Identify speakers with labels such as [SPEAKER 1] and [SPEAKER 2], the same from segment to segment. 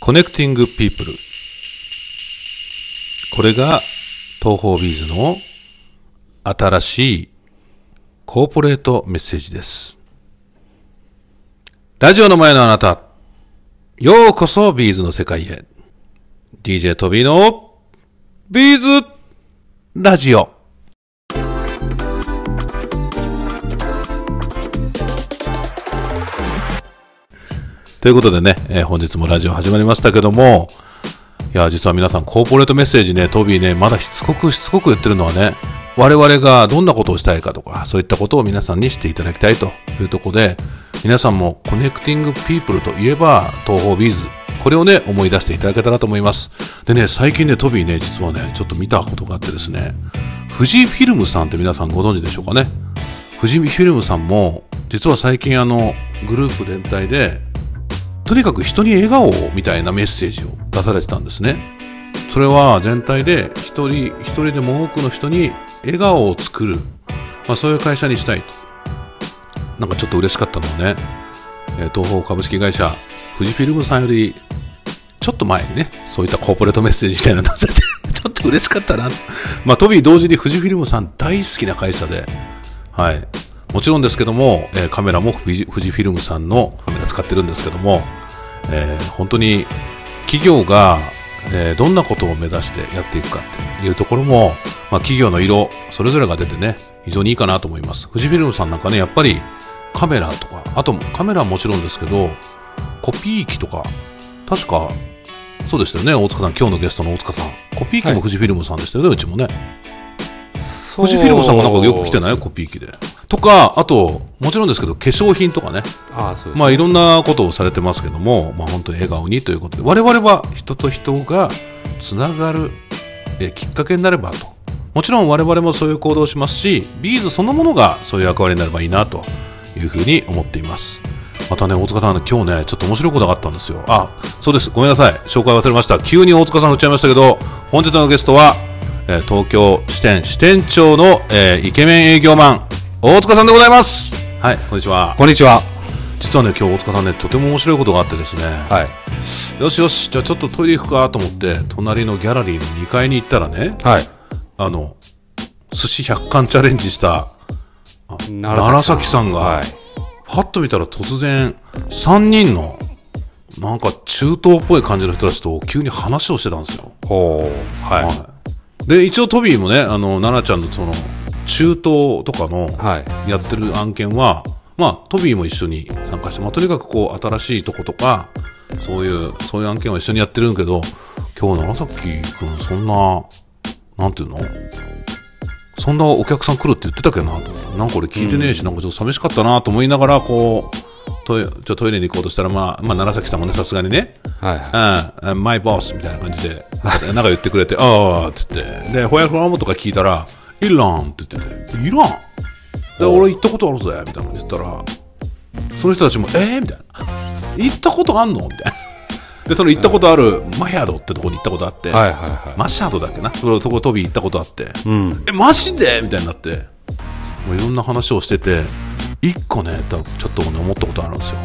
[SPEAKER 1] コネクティングピープル。これが東方ビーズの新しいコーポレートメッセージです。ラジオの前のあなた、ようこそビーズの世界へ。DJ トビーのビーズラジオ。ということでね、えー、本日もラジオ始まりましたけども、いや、実は皆さん、コーポレートメッセージね、トビーね、まだしつこくしつこく言ってるのはね、我々がどんなことをしたいかとか、そういったことを皆さんにしていただきたいというとこで、皆さんもコネクティングピープルといえば、東方ビーズ、これをね、思い出していただけたらと思います。でね、最近ね、トビーね、実はね、ちょっと見たことがあってですね、富士フィルムさんって皆さんご存知でしょうかね。富士フィルムさんも、実は最近あの、グループ全体で、とにかく人に笑顔をみたいなメッセージを出されてたんですね。それは全体で一人一人でも多くの人に笑顔を作る、まあ、そういう会社にしたいと。なんかちょっと嬉しかったのはね、東方株式会社富士フィルムさんよりちょっと前にね、そういったコーポレートメッセージみたいなの出せて、 ちょっと嬉しかったな。まあトビー同時に富士フィルムさん大好きな会社で、はい。もちろんですけども、えー、カメラも富士富士フィルムさんのカメラ使ってるんですけども、えー、本当に企業が、えー、どんなことを目指してやっていくかっていうところも、まあ、企業の色それぞれが出てね非常にいいかなと思います富士フィルムさんなんかねやっぱりカメラとかあとカメラはもちろんですけどコピー機とか確かそうでしたよね大塚さん今日のゲストの大塚さんコピー機も富士フィルムさんでしたよね、はい、うちもね富士フィルムさんもなんかよく来てないコピー機で。とか、あと、もちろんですけど、化粧品とかね。ああねまあ、いろんなことをされてますけども、まあ、本当に笑顔にということで、我々は人と人がつながるえきっかけになればと。もちろん我々もそういう行動をしますし、ビーズそのものがそういう役割になればいいなというふうに思っています。またね、大塚さん、今日ね、ちょっと面白いことがあったんですよ。あ、そうです。ごめんなさい。紹介忘れました。急に大塚さん振っちゃいましたけど、本日のゲストは、え東京支店支店長の、えー、イケメン営業マン大塚さんでございますはいこんにちは
[SPEAKER 2] こんにちは
[SPEAKER 1] 実はね今日大塚さんねとても面白いことがあってですねはいよしよしじゃあちょっとトイレ行くかと思って隣のギャラリーの2階に行ったらねはいあの寿司百貫チャレンジした楢崎さんが、はい、はっと見たら突然3人のなんか中東っぽい感じの人たちと急に話をしてたんですよほうはい、はいで一応トビーもねあの奈々ちゃんのその中東とかのやってる案件は、はい、まあトビーも一緒に参加して、まあ、とにかくこう新しいとことかそういうそういう案件は一緒にやってるんけど今日楢崎君そんななんていうのそんなお客さん来るって言ってたけどなとなんか俺聞いてねえし、うん、なんかちょっと寂しかったなと思いながらこうトイちょトイレに行こうとしたら、まあ、まあ、楢崎さんもね、さすがにね、はい、はい、うん、マイボスみたいな感じで、なんか言ってくれて、ああ、って言って、で、ホヤフラムとか聞いたら、いらんって言ってて、いらんで、俺行ったことあるぜみたいな言ったら、その人たちも、えー、みたいな。行ったことあんのみたいな。で、その行ったことある、マヤドってとこに行ったことあって、はいはいはい、マシャドだっけな、そそこ飛び行ったことあって、うん、え、マジでみたいになって、もういろんな話をしてて、一個ねちょっとね思ったことあるんですよ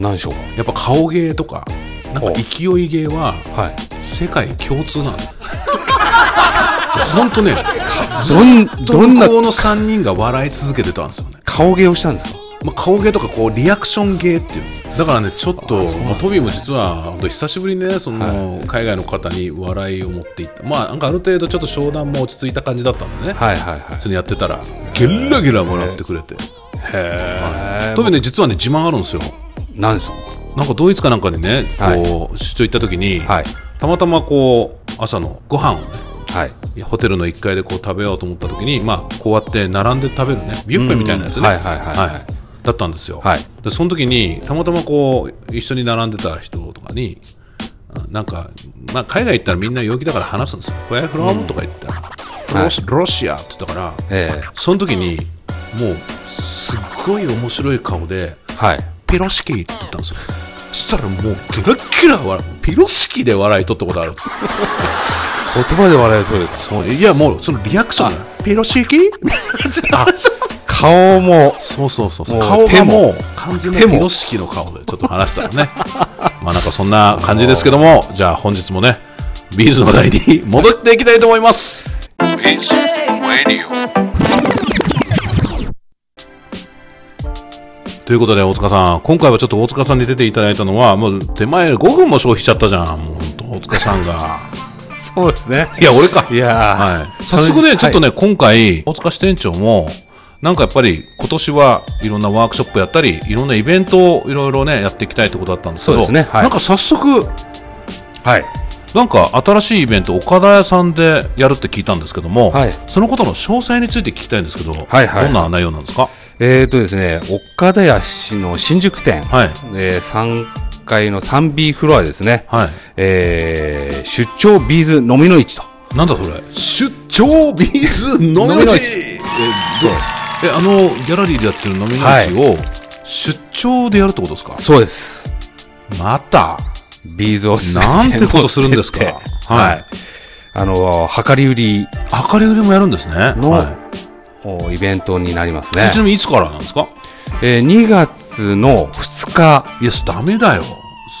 [SPEAKER 2] 何でしょうか
[SPEAKER 1] やっぱ顔芸とかなんか勢い芸は、はい、世界共通なんだ 本当ねずっと向こうの3人が笑い続けてたんですよね
[SPEAKER 2] 顔芸をしたんですか
[SPEAKER 1] まあ、顔芸とかこうリアクション芸っていうだからねちょっとトビーも実は久しぶりにねその、海外の方に笑いを持っていった、まあ、なんかある程度ちょっと商談も落ち着いた感じだったんでね、はいはいはい、それやってたらゲラゲラもらってくれてへえ、トビーね実はね自慢あるんですよ
[SPEAKER 2] 何ですか
[SPEAKER 1] なんかドイツかなんかにねこう、出張行った時に、はい、たまたまこう朝のご飯をねはい、ホテルの1階でこう食べようと思った時に、まあ、こうやって並んで食べるねビュッフェみたいなやつね、はいはいはいはい、だったんですよ、はい、でその時にたまたまこう一緒に並んでた人とかになんか、まあ、海外行ったらみんな陽気だから話すんですよ「Where from?」とか言ったら、ロシ「ロシア」って言ったから、えー、その時にもうすっごい面白い顔で「はい、ピロシキ」って言ったんですよそしたらもうキラキラ笑うピロシキで笑い取ったことある
[SPEAKER 2] 言葉で笑い取れる
[SPEAKER 1] そういやもうそのリアクションピロシキ
[SPEAKER 2] あ顔も、
[SPEAKER 1] そうそうそうそう
[SPEAKER 2] もう
[SPEAKER 1] 顔
[SPEAKER 2] 手
[SPEAKER 1] が
[SPEAKER 2] も
[SPEAKER 1] もう完全
[SPEAKER 2] 手
[SPEAKER 1] に
[SPEAKER 2] も
[SPEAKER 1] ピロシキの顔でちょっと話したらね まあなんかそんな感じですけどもじゃあ本日もねビーズの話題に戻っていきたいと思いますということで大塚さん今回はちょっと大塚さんに出ていただいたのはもう手前5分も消費しちゃったじゃんもうほんと大塚さんが
[SPEAKER 2] そうですね。
[SPEAKER 1] いや俺か
[SPEAKER 2] いやー
[SPEAKER 1] はい、早速ね、
[SPEAKER 2] はい
[SPEAKER 1] ちょっとね、今回、大塚支店長も、なんかやっぱり今年はいろんなワークショップやったり、いろんなイベントをいろいろね、やっていきたいってことだったんですけど、
[SPEAKER 2] そうですねはい
[SPEAKER 1] なんか早速、
[SPEAKER 2] はい。
[SPEAKER 1] なんか新しいイベント、岡田屋さんでやるって聞いたんですけども、
[SPEAKER 2] はい
[SPEAKER 1] そのことの詳細について聞きたいんですけど、
[SPEAKER 2] はいはい
[SPEAKER 1] どんな内容なんですか
[SPEAKER 2] えーとですね、岡田屋市の新宿店、
[SPEAKER 1] はい。
[SPEAKER 2] えー、3階の 3B フロアですね。
[SPEAKER 1] はい。
[SPEAKER 2] えー出張ビーズ飲みの市と。
[SPEAKER 1] なんだそれ出張ビーズ飲みの
[SPEAKER 2] の
[SPEAKER 1] 市え、そうえ、あの、ギャラリーでやってる飲みの市を、出張でやるってことですか
[SPEAKER 2] そうです。
[SPEAKER 1] また
[SPEAKER 2] ビーズを全
[SPEAKER 1] なんてことするんですか
[SPEAKER 2] 持ってって
[SPEAKER 1] はい
[SPEAKER 2] はい。あの、量り売り
[SPEAKER 1] 量り売りもやるんですね。
[SPEAKER 2] の、
[SPEAKER 1] は
[SPEAKER 2] おイベントになります
[SPEAKER 1] い。
[SPEAKER 2] ね
[SPEAKER 1] ち。なみにいつからなんですか
[SPEAKER 2] えー、2月の2日、
[SPEAKER 1] いや、ダメだよ。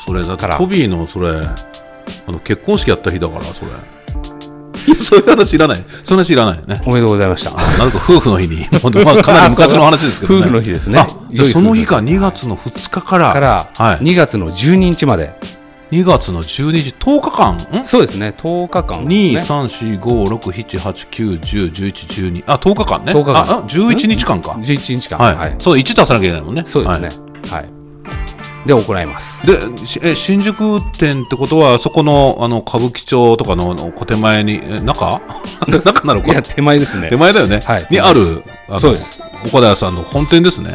[SPEAKER 1] それだって
[SPEAKER 2] から
[SPEAKER 1] トビーのそれ、あの、結婚式やった日だから、それ。 いや、そういう話いらない。そんな話いらないよね。
[SPEAKER 2] おめでとうございました。
[SPEAKER 1] なんか夫婦の日 に、ほんとまあ、かなり昔の話ですけどね。
[SPEAKER 2] 夫婦の日ですね
[SPEAKER 1] あ、じゃあその日か、2月の2日から、
[SPEAKER 2] から、
[SPEAKER 1] はい。
[SPEAKER 2] 2月の12日まで。
[SPEAKER 1] 2月の12日、10日間ん
[SPEAKER 2] そうですね、10日間、
[SPEAKER 1] 2、
[SPEAKER 2] ね。
[SPEAKER 1] 3、4、5、6、7、8、9、10、11、12。あ、10日間ね。
[SPEAKER 2] 10日間
[SPEAKER 1] あ、あ11日間か。
[SPEAKER 2] 11日間。
[SPEAKER 1] はい。
[SPEAKER 2] はい。
[SPEAKER 1] そう、1出さなきゃいけないもんね。
[SPEAKER 2] そうです
[SPEAKER 1] はい
[SPEAKER 2] ね。はい。で、行います。
[SPEAKER 1] でしえ新宿店ってことはそこのあの歌舞伎町とかのあの小手前にえ 中中なの
[SPEAKER 2] い
[SPEAKER 1] か
[SPEAKER 2] や、手前ですね
[SPEAKER 1] 手。前だよね、
[SPEAKER 2] はい
[SPEAKER 1] にある
[SPEAKER 2] そうです
[SPEAKER 1] あの
[SPEAKER 2] そうです
[SPEAKER 1] 岡田屋さんの本店ですね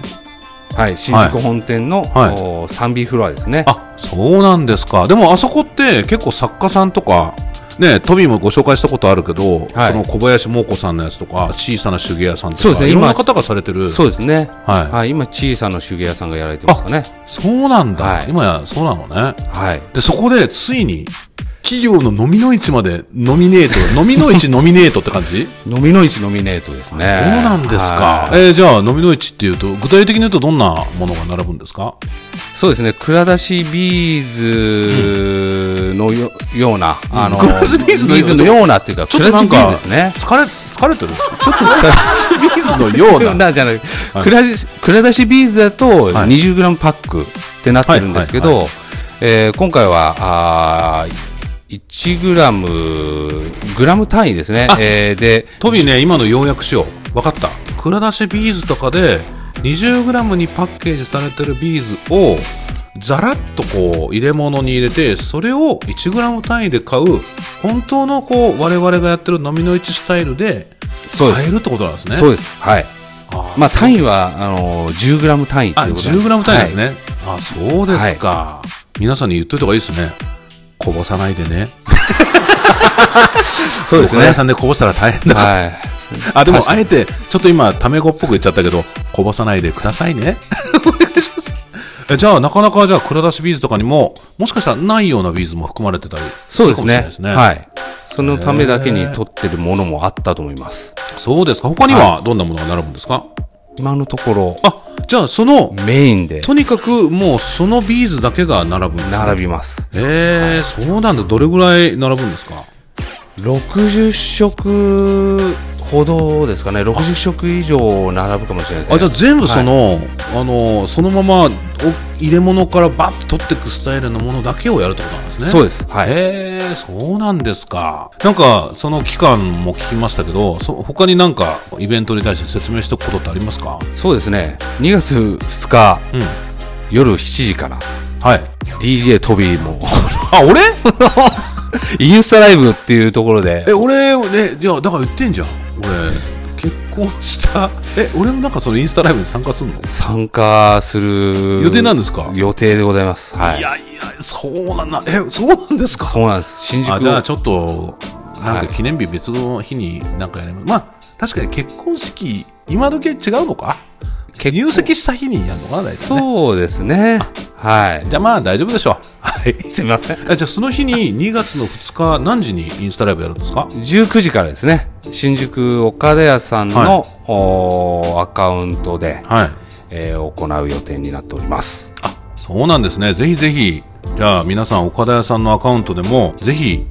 [SPEAKER 2] はい。新宿本店の、
[SPEAKER 1] はい
[SPEAKER 2] お 3B フロアですね。
[SPEAKER 1] あそうなんですかでもあそこって結構作家さんとかねトビーもご紹介したことあるけど、
[SPEAKER 2] はい
[SPEAKER 1] その小林桃子さんのやつとか小さな手芸屋さんとか
[SPEAKER 2] そうですね
[SPEAKER 1] いろんな
[SPEAKER 2] 今
[SPEAKER 1] 方がされてる
[SPEAKER 2] そうですね。
[SPEAKER 1] はい
[SPEAKER 2] はい。今、小さな手芸屋さんがやられてますかね。
[SPEAKER 1] そうなんだ、
[SPEAKER 2] はい
[SPEAKER 1] 今やそうなのね
[SPEAKER 2] はい。
[SPEAKER 1] で、そこでついに、企業のノミノ市までノミネー ト、ノミノ市ノミネートって感じ
[SPEAKER 2] ノミの市ノミネートですね。
[SPEAKER 1] そうなんですか。
[SPEAKER 2] は
[SPEAKER 1] え
[SPEAKER 2] い
[SPEAKER 1] ーじゃあ、ノミノ市っていうと、具体的に言うとどんなものが並ぶんですか
[SPEAKER 2] そうですね。蔵出しビーズのよ,、ような、あの、
[SPEAKER 1] 蔵出しビーズのような
[SPEAKER 2] ビようなっていうか、
[SPEAKER 1] ちょっとな
[SPEAKER 2] 蔵出し
[SPEAKER 1] ん
[SPEAKER 2] ビーズ
[SPEAKER 1] か、
[SPEAKER 2] ですね。
[SPEAKER 1] 疲れ、疲れてる
[SPEAKER 2] ちょっと疲れ
[SPEAKER 1] ビーズのよう な。
[SPEAKER 2] なじゃない、蔵出し蔵出しビーズだと
[SPEAKER 1] はい
[SPEAKER 2] 20g パックってなってるんですけ
[SPEAKER 1] はい
[SPEAKER 2] ど、えー今回はあー 1g グラム単位ですね
[SPEAKER 1] あ、
[SPEAKER 2] えーで
[SPEAKER 1] トビーね、今の要約しよう。わかった。蔵出しビーズとかで、20g にパッケージされてるビーズを、ざらっとこう、入れ物に入れて、それを 1g 単位で買う、本当のこう、我々がやってる飲みの市スタイルで、
[SPEAKER 2] そうです
[SPEAKER 1] 買えるってことなんですね。
[SPEAKER 2] そうですはい
[SPEAKER 1] あー
[SPEAKER 2] まあ単位はあの 10g 単位って
[SPEAKER 1] あ、
[SPEAKER 2] いうことなん
[SPEAKER 1] 10g 単位です
[SPEAKER 2] は
[SPEAKER 1] ね。あ、そうですか、皆さんに言っといた方がいいですね。こぼさないでね。
[SPEAKER 2] いそうです
[SPEAKER 1] お花
[SPEAKER 2] ね
[SPEAKER 1] 屋さんでこぼしたら大変だ。
[SPEAKER 2] はい
[SPEAKER 1] あ、でも
[SPEAKER 2] 確、か
[SPEAKER 1] あえて、ちょっと今、タメ語っぽく言っちゃったけど、こぼさないでくださいね。お願いします。えじゃあ、なかなか、じゃあ、蔵出しビーズとかにも、もしかしたらないようなビーズも含まれてたり
[SPEAKER 2] そうで
[SPEAKER 1] るかもし
[SPEAKER 2] すね
[SPEAKER 1] れないですね。
[SPEAKER 2] はいそのためだけに取ってるものもあったと思います
[SPEAKER 1] そうですか。他には、どんなものが並ぶんですか、
[SPEAKER 2] 今のところ
[SPEAKER 1] あ、じゃあ、その、
[SPEAKER 2] メインで
[SPEAKER 1] とにかく、もう、そのビーズだけが並ぶんですね
[SPEAKER 2] 並びます
[SPEAKER 1] えーそうなんだ。どれぐらい並ぶんですか
[SPEAKER 2] 60色ほどですかね60色以上並ぶかもしれないです、ね、
[SPEAKER 1] あじゃあ全部その、あのそのままお入れ物からバッと取っていくスタイルのものだけをやるってことなんですね。
[SPEAKER 2] そう
[SPEAKER 1] で
[SPEAKER 2] ですはい、
[SPEAKER 1] えー、そうなんですか。なんかその期間も聞きましたけど、そ他になんかイベントに対して説明しておくことってありますか？
[SPEAKER 2] そうですね2月2日
[SPEAKER 1] うん。
[SPEAKER 2] 夜7時から
[SPEAKER 1] はい。
[SPEAKER 2] DJ トビーも
[SPEAKER 1] あ、俺？
[SPEAKER 2] インスタライブっていうところで
[SPEAKER 1] え、俺ね、いやだから言ってんじゃん。俺結婚した。え、俺もなんかそのインスタライブに参加するの？
[SPEAKER 2] 参加する
[SPEAKER 1] 予定なんですか
[SPEAKER 2] 予定でございますはいい
[SPEAKER 1] やいや、そうなんだ。え、そうなんですか？
[SPEAKER 2] そうなんです新宿
[SPEAKER 1] あじゃあちょっとなん
[SPEAKER 2] は
[SPEAKER 1] か
[SPEAKER 2] い
[SPEAKER 1] 記念日別の日になんかやります、まあ確かに結婚式今時違うのか
[SPEAKER 2] 結婚
[SPEAKER 1] 入籍した日にやるのかな大体ね
[SPEAKER 2] そうですねはい
[SPEAKER 1] じゃあまあ大丈夫でしょうはい。
[SPEAKER 2] すみません。
[SPEAKER 1] えじゃあその日に2月の2日何時にインスタライブやるんですか
[SPEAKER 2] 19時からですね、新宿岡田屋さんの、
[SPEAKER 1] はい
[SPEAKER 2] おアカウントで、
[SPEAKER 1] はい。
[SPEAKER 2] えー行う予定になっております。
[SPEAKER 1] そうなんですね。ぜひぜひ、じゃあ皆さん岡田屋さんのアカウントでも、ぜひ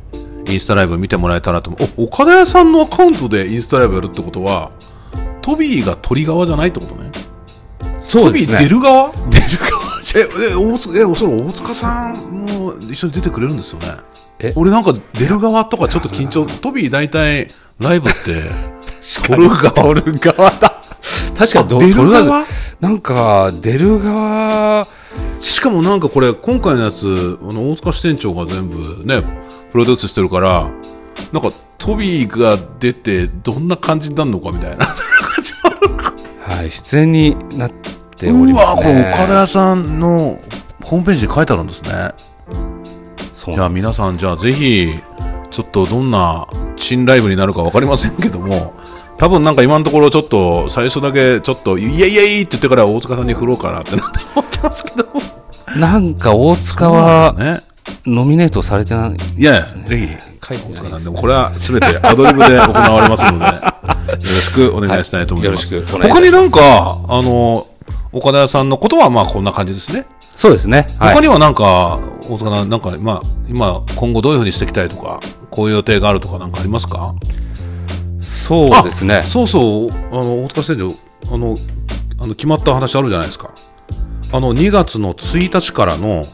[SPEAKER 1] インスタライブ見てもらえたらと思う。お、岡田屋さんのアカウントでインスタライブやるってことは、トビーが鳥側じゃないってことね。
[SPEAKER 2] そ
[SPEAKER 1] トビー出る側出る側じゃえ、え、大塚、え、それ大塚さんも一緒に出てくれるんですよね。
[SPEAKER 2] え
[SPEAKER 1] 俺なんか出る側とかちょっと緊 張。トビー大体ライブって、撮る側
[SPEAKER 2] 撮る側だ。 確かにど
[SPEAKER 1] 出る側
[SPEAKER 2] 撮なんか、出る側、
[SPEAKER 1] しかもなんかこれ今回のやつあの大塚支店長が全部ねプロデュースしてるからなんかトビーが出てどんな感じになるのかみたい な
[SPEAKER 2] はい、出演になっており
[SPEAKER 1] う
[SPEAKER 2] ま
[SPEAKER 1] わ
[SPEAKER 2] す
[SPEAKER 1] これ
[SPEAKER 2] ね。
[SPEAKER 1] 岡田屋さんのホームページで書いてあるんですね
[SPEAKER 2] そう
[SPEAKER 1] じゃあ皆さんじゃあぜひちょっとどんな新ライブになるか分かりませんけども多分なんか今のところちょっと最初だけちょっとイエイイエイって言ってから大塚さんに振ろうかなってなって思ってますけど も
[SPEAKER 2] なんか大塚は、
[SPEAKER 1] ね
[SPEAKER 2] ノミネートされてない。
[SPEAKER 1] いやいやぜひ
[SPEAKER 2] 書いてな
[SPEAKER 1] な
[SPEAKER 2] いで
[SPEAKER 1] ん
[SPEAKER 2] す
[SPEAKER 1] でもこれは全てアドリブで行われますので、よろしくお願いしたいと思います。
[SPEAKER 2] はいよろしくお願いし
[SPEAKER 1] 他
[SPEAKER 2] ます
[SPEAKER 1] になんか、あの、岡田屋さんのことはまあこんな感じですね。
[SPEAKER 2] そうですね。は
[SPEAKER 1] 他
[SPEAKER 2] い。
[SPEAKER 1] にはなんか、大塚さん、なんか今、今、今後どういうふうにしていきたいとか、こういう予定があるとかなんかありますか
[SPEAKER 2] そうですね
[SPEAKER 1] あ。そうそう、あの、大塚選長、あの、あの決まった話あるじゃないですか。あの、2月の1日からの、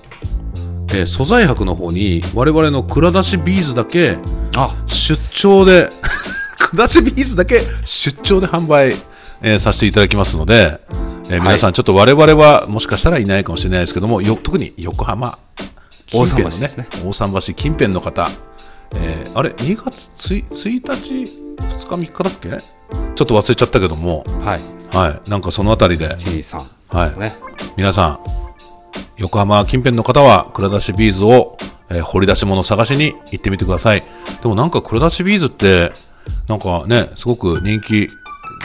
[SPEAKER 1] えー素材博の方に、我々の蔵出しビーズだけ、
[SPEAKER 2] あ、
[SPEAKER 1] 出張で、 くだしビーズだけ出張で販売、えーさせていただきますので、えー皆さん、ちょっと我々はもしかしたらいないかもしれないですけども、よ特に横浜、
[SPEAKER 2] 大
[SPEAKER 1] 近辺
[SPEAKER 2] 桟橋
[SPEAKER 1] のね、
[SPEAKER 2] ですね
[SPEAKER 1] 大桟橋近辺の方、えーあれ、2月つい 1, 日、2日、3日だっけちょっと忘れちゃったけども、
[SPEAKER 2] はい。
[SPEAKER 1] はい、なんかそのあたりで、
[SPEAKER 2] ジニーさん。
[SPEAKER 1] はい、
[SPEAKER 2] ね。
[SPEAKER 1] 皆さん、横浜近辺の方は、蔵出しビーズを、えー掘り出し物を探しに行ってみてください。でもなんか蔵出しビーズって、なんかね、すごく人気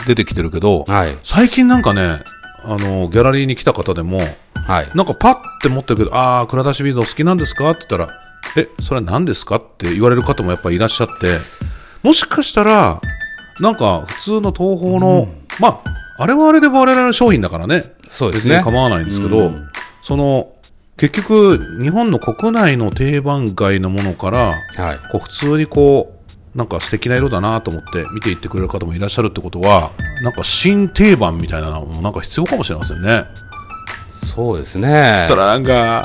[SPEAKER 1] 出てきてるけど、
[SPEAKER 2] はい
[SPEAKER 1] 最近なんかね、あの、ギャラリーに来た方でも、
[SPEAKER 2] はい。
[SPEAKER 1] なんかパッて持ってるけど、ああ、蔵出しビーズお好きなんですかって言ったら、え、それは何ですかって言われる方もやっぱいらっしゃって、もしかしたら、なんか普通の東宝の、まあ、あれはあれで我々の商品だからね。
[SPEAKER 2] そうですね
[SPEAKER 1] 別に構わないんですけど、その、結局、日本の国内の定番外のものから、
[SPEAKER 2] はい。
[SPEAKER 1] こう普通にこう、なんか素敵な色だなと思って見ていってくれる方もいらっしゃるってことは、なんか新定番みたいなのもなんか必要かもしれませんね。
[SPEAKER 2] そうですね。
[SPEAKER 1] そしたらなんか、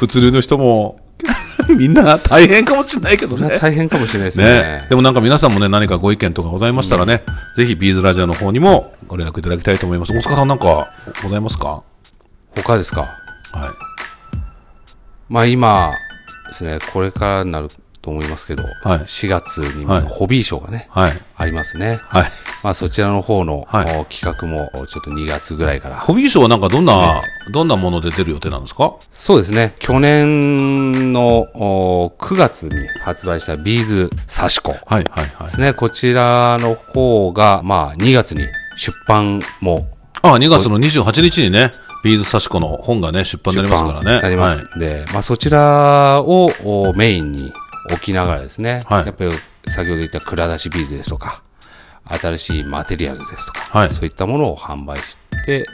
[SPEAKER 1] 物流の人 も、みんな大変かもしれないけど
[SPEAKER 2] それは
[SPEAKER 1] ね。
[SPEAKER 2] 大変かもしれないです
[SPEAKER 1] ね
[SPEAKER 2] ね。、
[SPEAKER 1] でもなんか皆さんもね、何かご意見とかございましたらね、ぜひビーズラジオの方にもご連絡いただきたいと思います。大塚さんなんかございますか
[SPEAKER 2] 他ですか。
[SPEAKER 1] は
[SPEAKER 2] まあ今ですね、これからになると思いますけど、
[SPEAKER 1] はい
[SPEAKER 2] 4月に
[SPEAKER 1] はい
[SPEAKER 2] ホビーショーがね、
[SPEAKER 1] い。はい。
[SPEAKER 2] ありますね。
[SPEAKER 1] はい。
[SPEAKER 2] まあそちらの方の、
[SPEAKER 1] はい
[SPEAKER 2] お企画もおちょっと2月ぐらいから。
[SPEAKER 1] ホビー賞はなんかどんな、どんなもので出る予定なんですか
[SPEAKER 2] そうですね、去年のお9月に発売したビーズ刺し子で
[SPEAKER 1] はい、はい、はい。
[SPEAKER 2] すね。こちらの方が、まあ2月に出版も
[SPEAKER 1] あ、2月の28日にね、ビーズサシコの本がね、出版になりますからね。
[SPEAKER 2] なります
[SPEAKER 1] はい。
[SPEAKER 2] んで、まあそちらをおメインに置きながらですね、
[SPEAKER 1] はい
[SPEAKER 2] やっぱり先ほど言った蔵出しビーズですとか、新しいマテリアルですとか、
[SPEAKER 1] はい
[SPEAKER 2] そういったものを販売して、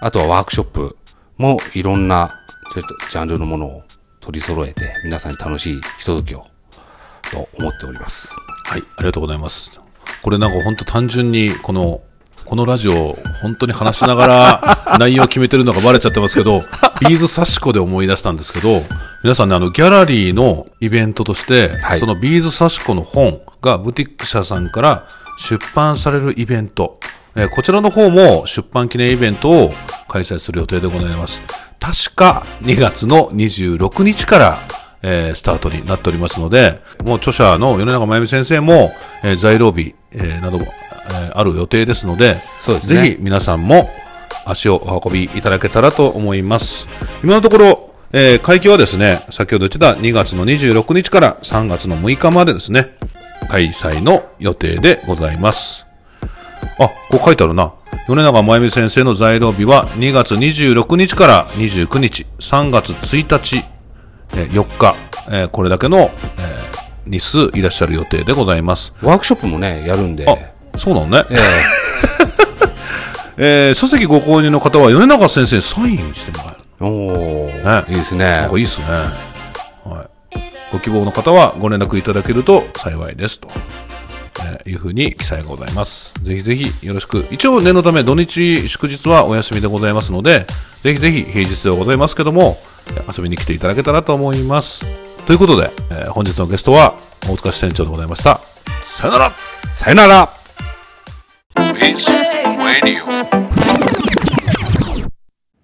[SPEAKER 2] あとはワークショップもいろんなちょっとジャンルのものを取り揃えて、皆さんに楽しいひとときをと思っております。
[SPEAKER 1] はい、ありがとうございます。これなんか本当単純に、この、このラジオ、本当に話しながら 内容を決めてるのがバレちゃってますけど、ビーズサシコで思い出したんですけど、皆さんね、あの、ギャラリーのイベントとして、
[SPEAKER 2] はい
[SPEAKER 1] そのビーズサシコの本がブティック社さんから出版されるイベント、えーこちらの方も出版記念イベントを開催する予定でございます。確か2月の26日から、えースタートになっておりますので、もう著者の米長真由美先生も、えー在労日、えーなども、えーある予定ですので、
[SPEAKER 2] そうですね
[SPEAKER 1] ぜひ皆さんも足をお運びいただけたらと思います。今のところ、えー会期はですね、先ほど言ってた2月の26日から3月の6日までですね、開催の予定でございます。あ、こう書いてあるな。米長真由美先生の在労日は2月26日から29日、3月1日、えー4日、えーこれだけの、えー日数いらっしゃる予定でございます。
[SPEAKER 2] ワークショップもね、やるんで。
[SPEAKER 1] あ、そうなのね。
[SPEAKER 2] ええ
[SPEAKER 1] えー書籍ご購入の方は米長先生にサインしてもらえる。
[SPEAKER 2] お
[SPEAKER 1] ね
[SPEAKER 2] ー、いいですね
[SPEAKER 1] なんか。いいっすね。はい。ご希望の方はご連絡いただけると幸いですと。えーいうふうに記載がございます。ぜひぜひよろしく。一応念のため土日祝日はお休みでございますので、ぜひぜひ平日ではございますけども、えー遊びに来ていただけたらと思います。ということで、えー本日のゲストは大塚支店長でございました。さよなら
[SPEAKER 2] さよなら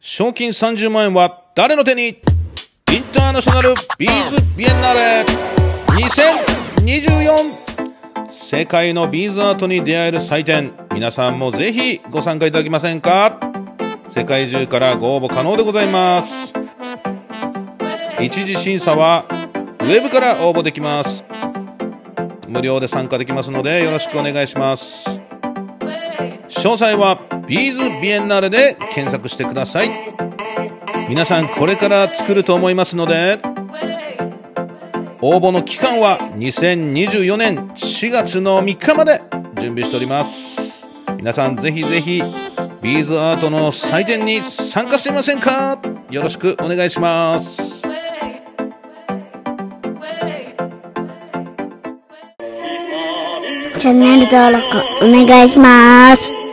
[SPEAKER 1] 賞金30万円は誰の手にインターナショナルビーズビエンナーレ2024世界のビーズアートに出会える祭典皆さんもぜひご参加いただけませんか世界中からご応募可能でございます一次審査はウェブから応募できます無料で参加できますのでよろしくお願いします詳細はビーズビエンナーレで検索してください皆さんこれから作ると思いますので応募の期間は2024年4月の3日まで準備しております皆さんぜひぜひビーズアートの祭典に参加してみませんかよろしくお願いします
[SPEAKER 3] チャンネル登録お願いします。